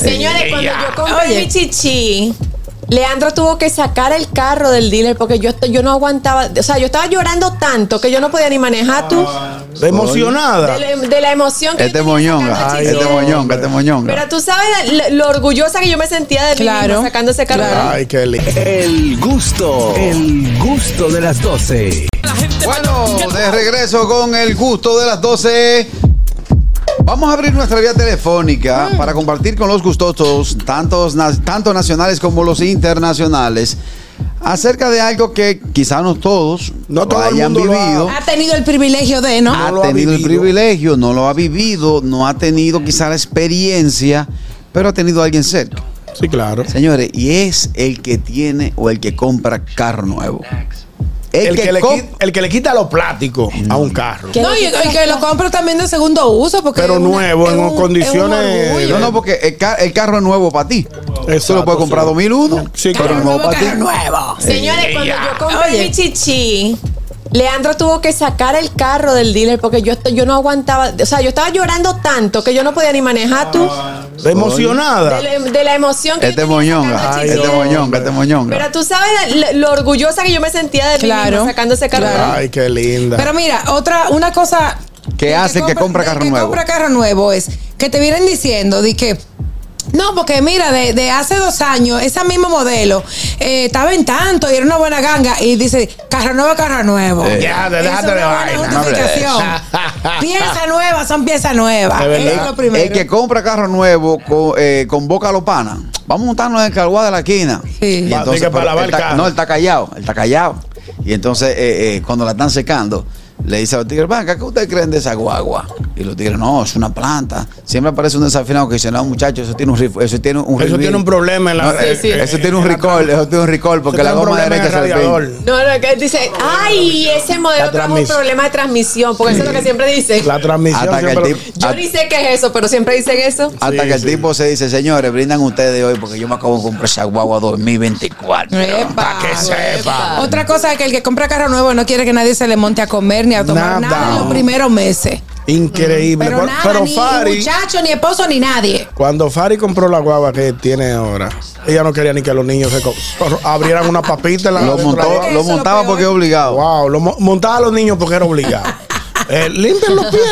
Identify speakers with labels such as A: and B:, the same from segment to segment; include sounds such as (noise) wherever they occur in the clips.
A: Señores, cuando yo compré mi chichi, Leandro tuvo que sacar el carro del dealer porque yo, yo no aguantaba. O sea, yo estaba llorando tanto que yo no podía ni manejar tú.
B: Emocionada.
A: De la, de la emoción que
C: Este
A: yo tenía
C: moñón,
A: sacando el
C: este
A: chichi.
C: moñón, este moñón.
A: Pero tú sabes la- lo, lo orgullosa que yo me sentía de mí
D: Claro.
A: misma sacando ese carro.
B: Ay, qué lindo.
E: El gusto, el gusto de las 12.
C: Bueno, de regreso con el gusto de las 12. Vamos a abrir nuestra vía telefónica para compartir con los gustosos, tantos, na- tanto nacionales como los internacionales, acerca de algo que quizá no todos
B: No
C: lo
B: todo el
C: hayan
B: mundo lo ha-
C: vivido.
D: Ha tenido el privilegio de, ¿no?
C: ha
B: lo ha
C: tenido el
B: vivido.
C: privilegio, no lo ha vivido, no ha tenido quizá la experiencia, pero ha tenido a alguien cerca.
B: Sí, claro.
C: Señores, y es el que tiene o el que compra carro nuevo.
B: El, que, le
C: com-
B: quita, el que le quita los plásticos a un carro.
A: ¿Qué?
D: No, y, y que lo compro también de segundo uso. Porque
B: Pero
D: es una-
B: nuevo,
D: es
B: en
D: un-
B: condiciones-
D: es un orgullo.
C: No, no, porque el, ca- el carro es nuevo para ti. Eso lo puedes comprar
B: sí.
C: 2001,
B: Sí,
C: pero
B: claro.
C: nuevo para ti.
A: Señores, cuando yo compré
D: Oye.
A: mi chichi, Leandro tuvo que sacar el carro del dealer porque yo, yo no aguantaba. O sea, yo estaba llorando tanto que yo no podía ni manejar tú.
B: Emocionada.
A: De la, de la emoción que
C: Este
A: yo tenía
C: moñón,
A: sacando el
C: ay,
A: chichi.
C: este moñón, este moñón.
A: Pero tú sabes la- lo, orgullosa que yo me sentía de mí
D: Claro.
A: misma sacando ese carro.
D: Claro.
B: Ay, qué linda.
D: Pero mira, otra, una cosa.
C: Que
D: del
C: hace que compra
D: del
C: carro
D: que
C: nuevo.
D: compra carro nuevo es que te vienen diciendo de que. No, porque mira, de, de hace dos años, ese mismo modelo eh, estaba en tanto y era una buena ganga. Y dice, carro nuevo, carro nuevo.
C: Eh,
B: déjate,
D: Esa
B: déjate
D: es
B: de
D: una buena
B: vaina.
D: justificación.
B: (laughs)
D: piezas nuevas son piezas nuevas.
B: De verdad.
D: Es lo primero.
C: el que compra carro nuevo con, eh, convoca a los panas. Vamos a montarnos en el carguá de la esquina.
D: Sí.
B: Va, diga, para
C: pero
B: lavar
C: él
B: el
C: está-
B: carro.
C: No, él está callado, él está callado. Y entonces, eh, eh, cuando la están secando, le dice a los tigres, "Venga, ¿qué ustedes creen de esa guagua? Y los tigres, no, es una planta. Siempre aparece un desafinado que dice, no, muchachos, eso tiene un rif- eso tiene un
B: Eso
C: reveal".
B: tiene un problema en la-
C: No, eh,
B: Sí, sí.
C: Eso tiene un
B: en la
C: recall, eso tiene un recall, porque la
B: Tiene un
C: goma
B: problema en
C: derecha se
B: el
C: le
B: radiador.
C: pega.
A: No, no, que él dice, ay, ese modelo
B: La
A: trajo un
B: transmis-
A: problema de transmisión, porque eso es lo que siempre dicen.
B: La transmisión
C: Hasta que el
B: siempre lo-
C: tipo-
A: Yo ni sé qué es eso, pero siempre dicen eso.
C: Hasta
B: Sí,
C: que el
B: sí.
C: tipo se dice, señores, brindan ustedes hoy porque yo me acabo de comprar esa guagua 2024.
D: Epa,
B: Pa' que sepa.
D: Ah. Otra cosa es que el que compra carro nuevo no quiere que nadie se le monte a comer ni a tomar nada,
B: Nada.
D: en los primeros meses.
B: Increíble.
D: Pero,
B: Pero,
D: nada,
B: pero
D: ni
B: Fari,
D: muchacho, ni esposo, ni nadie.
B: cuando Fari compró la guagua que tiene ahora, ella no quería ni que los niños se co- abrieran una papita. en la- dentro
C: Lo
B: de la
C: montaba,
B: guagua.
C: lo
D: Eso es lo
C: montaba
D: peor.
C: porque es obligado.
B: Wow, lo mo- montaba a los niños porque era
D: (laughs)
B: obligado. Eh, limpian los pies.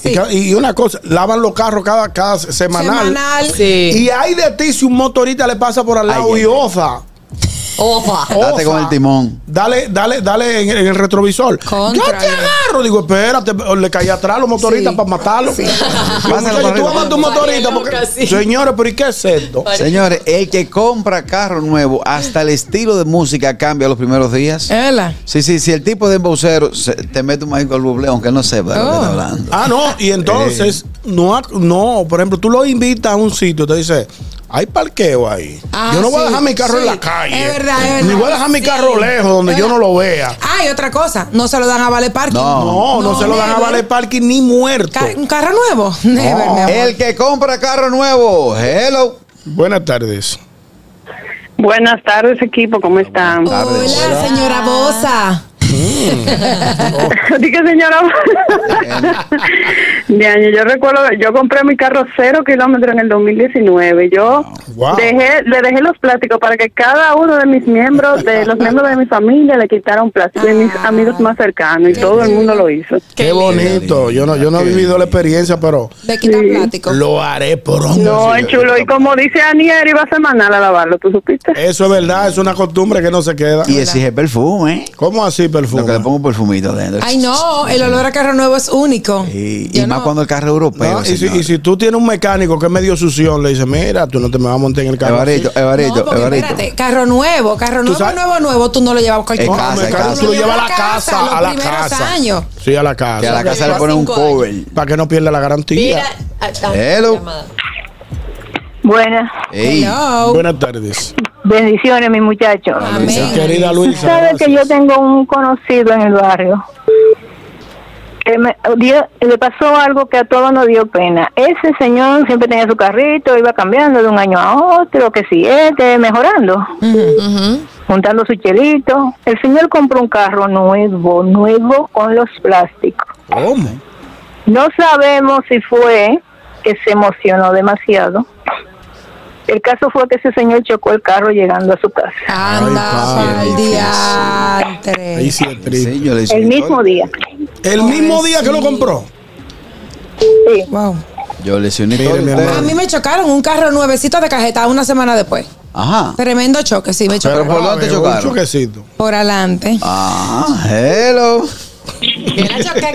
D: Sí.
B: Y ca- Y, una cosa, lavan los carros cada, cada semanal.
D: Semanal.
A: Sí.
B: Y hay de ti si un motorista le pasa por al lado
C: Ay,
B: y
C: ay, ay.
B: oza.
A: Ofa.
C: Date
B: oza,
C: con el timón.
B: Dale, dale, dale en, en el retrovisor.
D: Contra,
B: Yo te
D: ya.
B: agarro. Digo, espérate, o le caí atrás a los motoristas
D: Sí.
B: para matarlo.
D: Sí.
B: Digo,
C: Pásalo
B: muchacho,
C: para
B: tú
C: arriba.
B: vas a matar a un
A: María
B: motorista.
A: Luca,
B: porque-
A: sí.
B: Señores, pero ¿y qué es esto?
C: Señores, el que compra carro nuevo, hasta el estilo de música cambia los primeros días.
D: Ela.
C: Sí, sí, si el tipo de embocero se- te mete un mágico al buble, aunque no sepa de lo que está
D: Oh.
C: hablando.
B: Ah, no, y entonces, no, ha- no, por ejemplo, tú lo invitas a un sitio, te dice, hay parqueo ahí.
D: Ah,
B: yo no voy a
D: sí,
B: dejar mi carro
D: sí.
B: en la calle.
D: Es verdad, es verdad.
B: Ni voy a dejar mi
D: Sí.
B: carro lejos donde
D: Es
B: yo no
D: verdad.
B: lo vea.
D: Ah, y otra cosa, no se lo dan a Vale Parking.
B: No,
C: No.
B: no,
D: No,
B: se lo dan a
D: never.
B: Vale Parking ni muerto.
D: Ca- ¿Un carro nuevo? (laughs) Never, mi amor.
C: El que compra carro nuevo, hello.
B: Buenas tardes.
F: Buenas tardes, equipo, ¿cómo están?
D: Hola,
F: (laughs)
D: señora Bosa.
F: Dije, señora. De año, yo recuerdo, yo compré mi carro cero kilómetros en el 2019. Yo
B: Wow.
F: dejé, le dejé los plásticos para que cada uno de mis miembros, de los miembros de mi familia, le quitaron plástico, de mis
B: Ah.
F: amigos más cercanos, y todo el mundo lo hizo.
B: Qué, bonito. Yo no, yo no he vivido la experiencia, pero
D: De quitar plástico.
B: lo haré pronto.
F: No, es chulo. Y como dice Anier, iba semanal a lavarlo, ¿tú supiste?
B: Eso es verdad, es una costumbre que no se queda.
C: Y exige perfume, ¿eh?
B: ¿Cómo así,
C: Lo que
B: perfume? Ah,
C: le pongo perfumito adentro.
D: Ay, no, el olor a carro nuevo es único.
C: Y, y
D: Yo
C: más
D: no-
C: cuando el carro es europeo.
B: No, y, si,
C: señores.
B: y si tú tienes un mecánico que es medio sución, le dices, mira, tú no te me vas a montar en el carro.
C: Evaristo, Evaristo,
D: no, porque
C: Evaristo.
D: espérate, carro nuevo, carro nuevo,
B: sabes-
D: nuevo, nuevo, tú no lo llevas a cualquier
C: En
B: No,
C: casa,
B: me
C: en
B: cago,
C: casa.
B: tú lo llevas a la
D: Los
B: casa,
D: primeros
B: a la
D: años.
B: casa. Sí, a la casa.
C: Que a la casa le ponen un
A: Cinco años.
C: cover.
B: Para que no pierda la garantía.
A: Mira, ah, ah,
C: Hello.
A: llamada.
G: Buenas
C: Ey,
D: Hello.
B: Buenas tardes.
G: bendiciones, mi muchacho.
D: Amén.
B: Querida
G: Tú
B: Luisa.
G: sabes que yo
B: gracias.
G: tengo un conocido en el barrio que me oh, dio- le pasó algo que a todos nos dio pena. Ese señor siempre tenía su carrito, iba cambiando de un año a otro, que si este, mejorando, juntando su chelito. El señor compró un carro nuevo, nuevo con los plásticos.
B: ¿Cómo?
G: No sabemos si fue que se emocionó demasiado El caso fue que ese señor chocó el carro llegando a su casa.
B: Ay,
D: Anda,
B: padre,
D: al diantre.
B: Ahí sí es triste.
C: Sí, yo le hice
G: El
C: mi
G: mismo
C: historia.
G: día.
B: El mismo día que lo compró.
G: Sí.
D: Wow.
C: Yo le hice una
B: Mire,
C: historia
B: mi
C: a
B: amor.
D: A
C: ustedes.
D: mí me chocaron un carro nuevecito de cajeta una semana después.
C: Ajá.
D: Tremendo choque, sí, me
C: Pero
D: chocaron.
C: por dónde
B: Ah, veo, Un
C: chocaron.
B: choquecito.
D: Por adelante.
C: Ah, hello.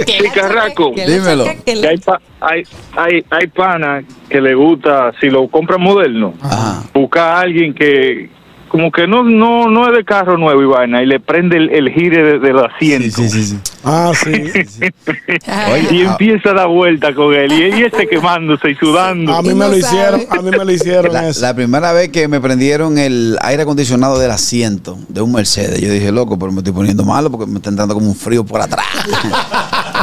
H: Picarraco.
C: Dímelo.
H: Que hay, pa- hay, hay, hay pana que le gusta, si lo compra moderno,
C: Ajá.
H: busca a alguien que como que no no no es de carro nuevo y vaina, y le prende el, el gire de- del asiento.
C: sí.
B: Ah, sí.
H: (laughs) Y empieza a dar vuelta con él, y, y este quemándose y sudando.
B: A mí
D: Y
B: me
D: no
B: lo
D: sabe.
B: hicieron, a mí me lo hicieron
C: La,
B: eso.
C: la primera vez que me prendieron el aire acondicionado del asiento de un Mercedes, yo dije, loco, pero me estoy poniendo malo porque me está entrando como un frío por (laughs) atrás.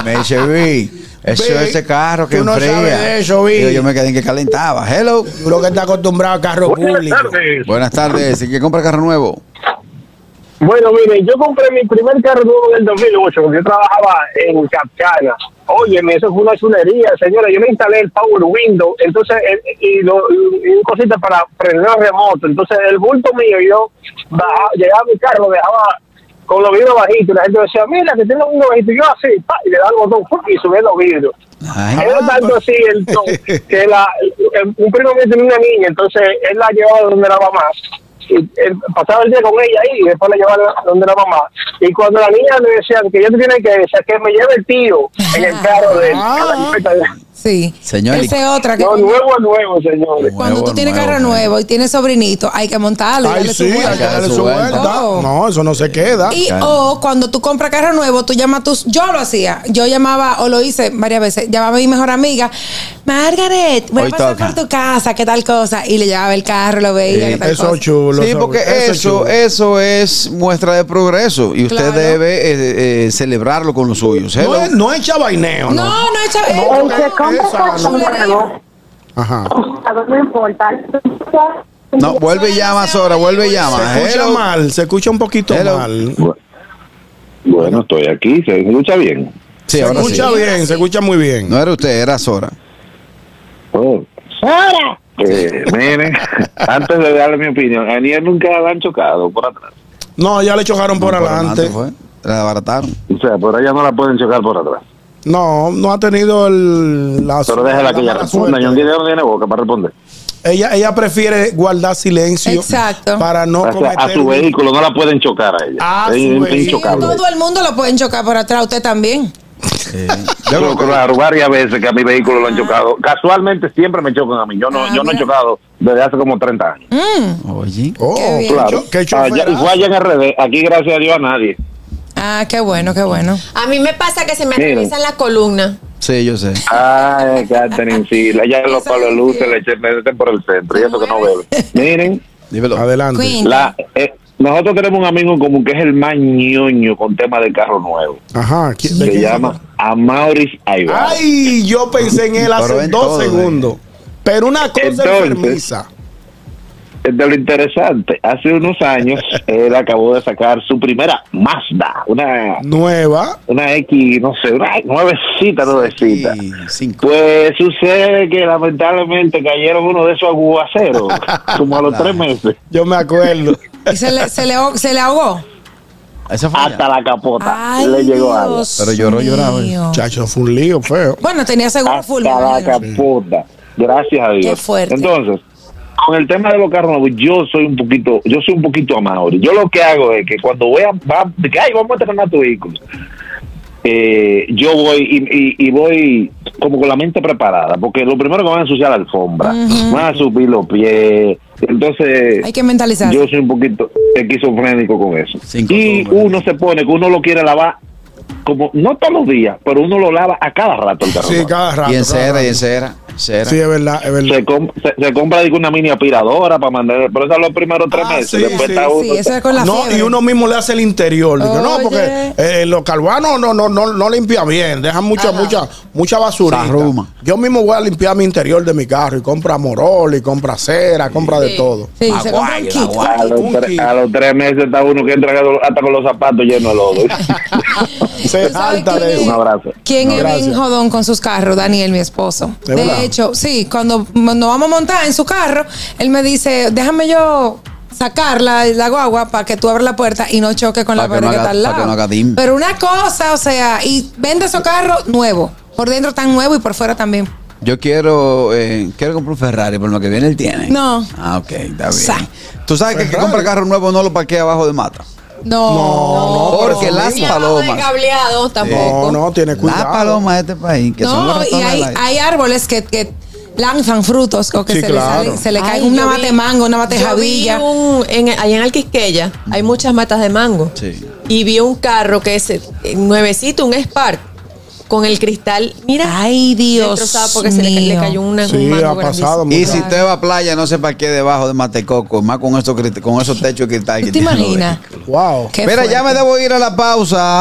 C: me dice, vi, eso
B: Vi,
C: es ese carro que
B: tú no
C: enfría.
B: sabes de eso, Vi.
C: Digo, yo me quedé en que calentaba. Hello.
B: Tú lo que está acostumbrado a carro público.
C: Buenas tardes. ¿Y que compra carro nuevo?
I: Bueno, miren, yo compré mi primer carro nuevo en el 2008, porque yo trabajaba en Capcana. Óyeme, eso fue una chulería, señora. Yo me instalé el Power Window, entonces, eh, y, lo, y un cosita para prender remoto. Entonces, el bulto mío, yo bajaba, llegaba a mi carro, lo dejaba con los vidrios bajitos. La gente decía, mira, que tiene los vidrios bajitos. Y Yo así, pa, y le daba el botón ¡fuc! y subía los vidrios.
C: Ay.
I: Era
J: Ah,
I: tanto
J: pues.
I: así el to- que la, el- un primo mío tenía una niña, entonces él la llevaba donde la mamá. Y él pasaba el día con ella ahí y después la llevaba donde la mamá. Y cuando la niña le decían que yo te tiene que decir que me lleve el tío en el carro de él.
B: Ah.
D: Sí.
C: Señor,
D: Esa es otra que
I: No,
D: cuando,
I: nuevo a nuevo, señores.
D: cuando tú
C: pues, Nuevo,
D: tienes
C: nuevo,
D: carro
C: nuevo.
D: nuevo y tienes sobrinito, hay que montarlo. y
B: Ay,
D: darle su
B: sí,
D: vuelta.
B: hay que darle su vuelta.
D: Oh.
B: No, eso no se queda.
D: Y
C: Claro.
D: o cuando tú compras carro nuevo, tú llamas a tus. Yo lo hacía. Yo llamaba o lo hice varias veces. Llamaba a mi mejor amiga, Margaret, voy
C: Hoy
D: a pasar
C: toca.
D: por tu casa, qué tal cosa. Y le llevaba el carro, lo veía.
C: Sí,
D: qué tal
B: Eso
D: cosa.
B: es chulo.
C: Sí,
B: eso-
C: porque
B: es
C: eso,
B: chulo.
C: eso es muestra de progreso y usted
D: Claro.
C: debe eh, eh, celebrarlo con los suyos. Hello.
B: No es, no es chabaineo,
D: No,
B: ¿no?
D: no, echa.
B: No,
G: El que compra
B: Esa,
G: carro
B: Ah, no.
G: nuevo,
B: Ajá.
G: no importa.
C: No, vuelve y llama, Sora, vuelve y llama.
B: Se escucha
C: Ah, Hello.
B: mal, se escucha un poquito
C: Hello.
B: mal.
J: Bueno, estoy aquí, se escucha bien.
C: Sí,
B: Se
C: ahora sí.
B: escucha bien, se escucha muy bien.
C: No era usted, era Sora.
J: Oh.
G: Ahora,
J: Eh, miren, (laughs) antes de darle mi opinión, a Aniel nunca la han chocado por atrás.
B: No, ya le chocaron por adelante.
C: fue. La abarataron.
J: O sea, por allá no la pueden chocar por atrás.
B: No, no ha tenido el, la
J: Pero
B: su-
J: déjela que ella
B: mala
J: responda.
B: suerte.
J: Yo no tiene boca para responder.
B: Ella, ella prefiere guardar silencio
D: Exacto.
B: para no
J: O sea,
B: cometer
J: a su vehículo no la pueden chocar a ella.
B: A
J: es
B: su
J: in-
B: vehículo.
D: Sí,
J: inchocable.
D: todo el mundo lo pueden chocar por atrás, usted también.
C: (laughs) Yo creo
J: Yo,
C: que-
J: claro, varias veces que a mi vehículo lo han chocado. Casualmente siempre me chocan a mí. Yo no,
D: Ah,
J: yo no
D: mira.
J: he
D: Mm.
J: chocado desde hace como 30 años.
C: Oye.
B: Oh,
D: Qué
B: qué,
D: bien.
J: Claro. Ah,
B: cho- qué
J: Allá- y fue
B: choferazo.
J: allá en RD. Aquí, gracias a Dios, a nadie.
D: Ah, qué bueno, qué bueno.
A: A mí me pasa que se me
J: Miren.
A: revisan la columna.
C: Sí, yo sé.
D: (laughs)
J: Ay, Catherine, sí. Allá en los
D: Esa
J: palos
D: es
J: luces
D: bien.
J: le echen- le meten por el centro. Y eso que no veo.
D: (laughs)
J: Miren,
C: Dímelo.
B: Adelante.
D: Queen.
J: la, eh, nosotros tenemos un amigo en común que es el más ñoño con tema de carro nuevo.
B: Ajá. ¿qui- de
J: Se
B: quién
J: llama Amauris Aybar.
B: Ay, yo pensé en él
C: Pero
B: hace
C: en
B: dos
C: todo, eh.
B: segundos. Pero una cosa
J: Entonces-
B: enfermiza.
J: Eh, De lo interesante, hace unos años él acabó de sacar su primera Mazda, una,
B: Nueva.
J: una X, no sé, una nuevecita, nuevecita.
C: Y cinco.
J: Pues sucede que lamentablemente cayeron uno de esos aguaceros, como a los tres meses,
B: Yo me acuerdo.
D: Y se le, se le, o- se le ahogó.
C: Esa fue ya.
J: hasta la capota
D: Ay,
J: le llegó algo.
D: Dios
C: Pero lloró, lloraba.
D: mío.
B: Chacho, fue un lío feo.
D: Bueno, tenía seguro full. me
J: hasta la
D: imagino.
J: capota. Gracias a Dios.
D: Qué fuerte.
J: Entonces, con el tema de los carros nuevos, yo soy un poquito, yo soy un poquito amador. Yo lo que hago es que cuando voy a, va- de que, ay, vamos a entrenar tu vehículo. eh, yo voy y, y- y voy como con la mente preparada, porque lo primero que van a ensuciar la alfombra, van a subir los pies, entonces
D: Hay que mentalizar.
J: yo soy un poquito esquizofrénico con eso.
C: Cinco
J: y
C: sombras.
J: uno se pone que uno lo quiere lavar como, no todos los días, pero uno lo lava a cada rato el carro.
B: Sí, cada rato.
C: Y en
B: cada
C: cera, y en
B: rato.
C: cera. en cera.
B: Sí, es verdad, es verdad.
J: se, com- se, se compra digo, una mini aspiradora para mandar, pero eso los primeros tres
B: Ah,
J: meses.
B: sí,
J: después
B: sí.
J: está uno-
D: Sí, eso es con la
B: no,
D: fiebre.
B: y uno mismo le hace el interior. Digo, no,
D: Oye.
B: porque eh, los carbanos no, no, no, no limpia bien, dejan mucha, mucha, mucha basura.
C: Se arruma.
B: Yo mismo voy a limpiar mi interior de mi carro y compra morol y compra cera, compra de todo.
D: Sí, se compra un kit.
J: a, los
B: Un
J: tres,
B: kilo.
J: a los tres meses está uno que entra hasta con los zapatos llenos de lodo.
B: Se (laughs)
D: ¿Tú sabes
B: salta
D: quién
B: de
D: es?
J: Un
B: eso.
J: abrazo.
D: ¿Quién
B: No,
D: es
B: gracias.
D: bien jodón con sus carros? Daniel, mi esposo.
B: De verdad.
D: De hecho, sí, cuando nos vamos a montar en su carro, él me dice, déjame yo sacar la, la guagua para que tú abras la puerta y no choque con la
C: Pa' que
D: pared
C: no
D: que
C: haga-
D: está al
C: pa' que
D: lado.
C: no haga dim.
D: Pero una cosa, o sea, y vende esos carros nuevos. Por dentro tan nuevo y por fuera también.
C: Yo quiero, eh, quiero comprar un Ferrari, pero lo que viene él tiene.
D: No.
C: Ah, ok, está bien.
D: Sa-
C: Tú sabes que el que compra carro nuevo no lo parquea abajo de mata.
B: No,
D: No.
B: no,
C: Porque
B: pero-
C: las
A: Ni abajo de
C: palomas.
A: cableado tampoco.
B: No, no, tiene
C: Las
B: cuidado.
C: palomas de este país, que son los
D: No, y
C: ratones
D: hay,
C: del aire.
D: hay árboles que, que lanzan frutos o que
B: Sí,
D: se,
B: claro.
D: le salen- se le
A: Ay,
D: caen
A: yo
D: una
A: vi-
D: mate mango, una mate
A: yo vi
D: jabilla.
A: un- en, allá en Alquisqueya hay
B: Mm.
A: muchas matas de mango.
C: Sí.
A: Y vi un carro que es eh, nuevecito, un Spark, con el cristal. Mira,
D: Ay, Dios.
A: destrozado porque se le, ca- le
D: mío.
A: cayó una,
B: Sí,
A: un mango
B: ha pasado
A: grandísimo.
B: mucho.
C: Y si usted va a playa, no se parquee debajo de Matecoco, más con esos, crit- con esos techos de cristal.
D: ¿Tú
C: que
D: te
C: tienen los
D: imaginas?
C: vehículos.
B: Wow.
D: Qué
C: Mira,
D: fuerte.
C: ya me debo ir a la pausa.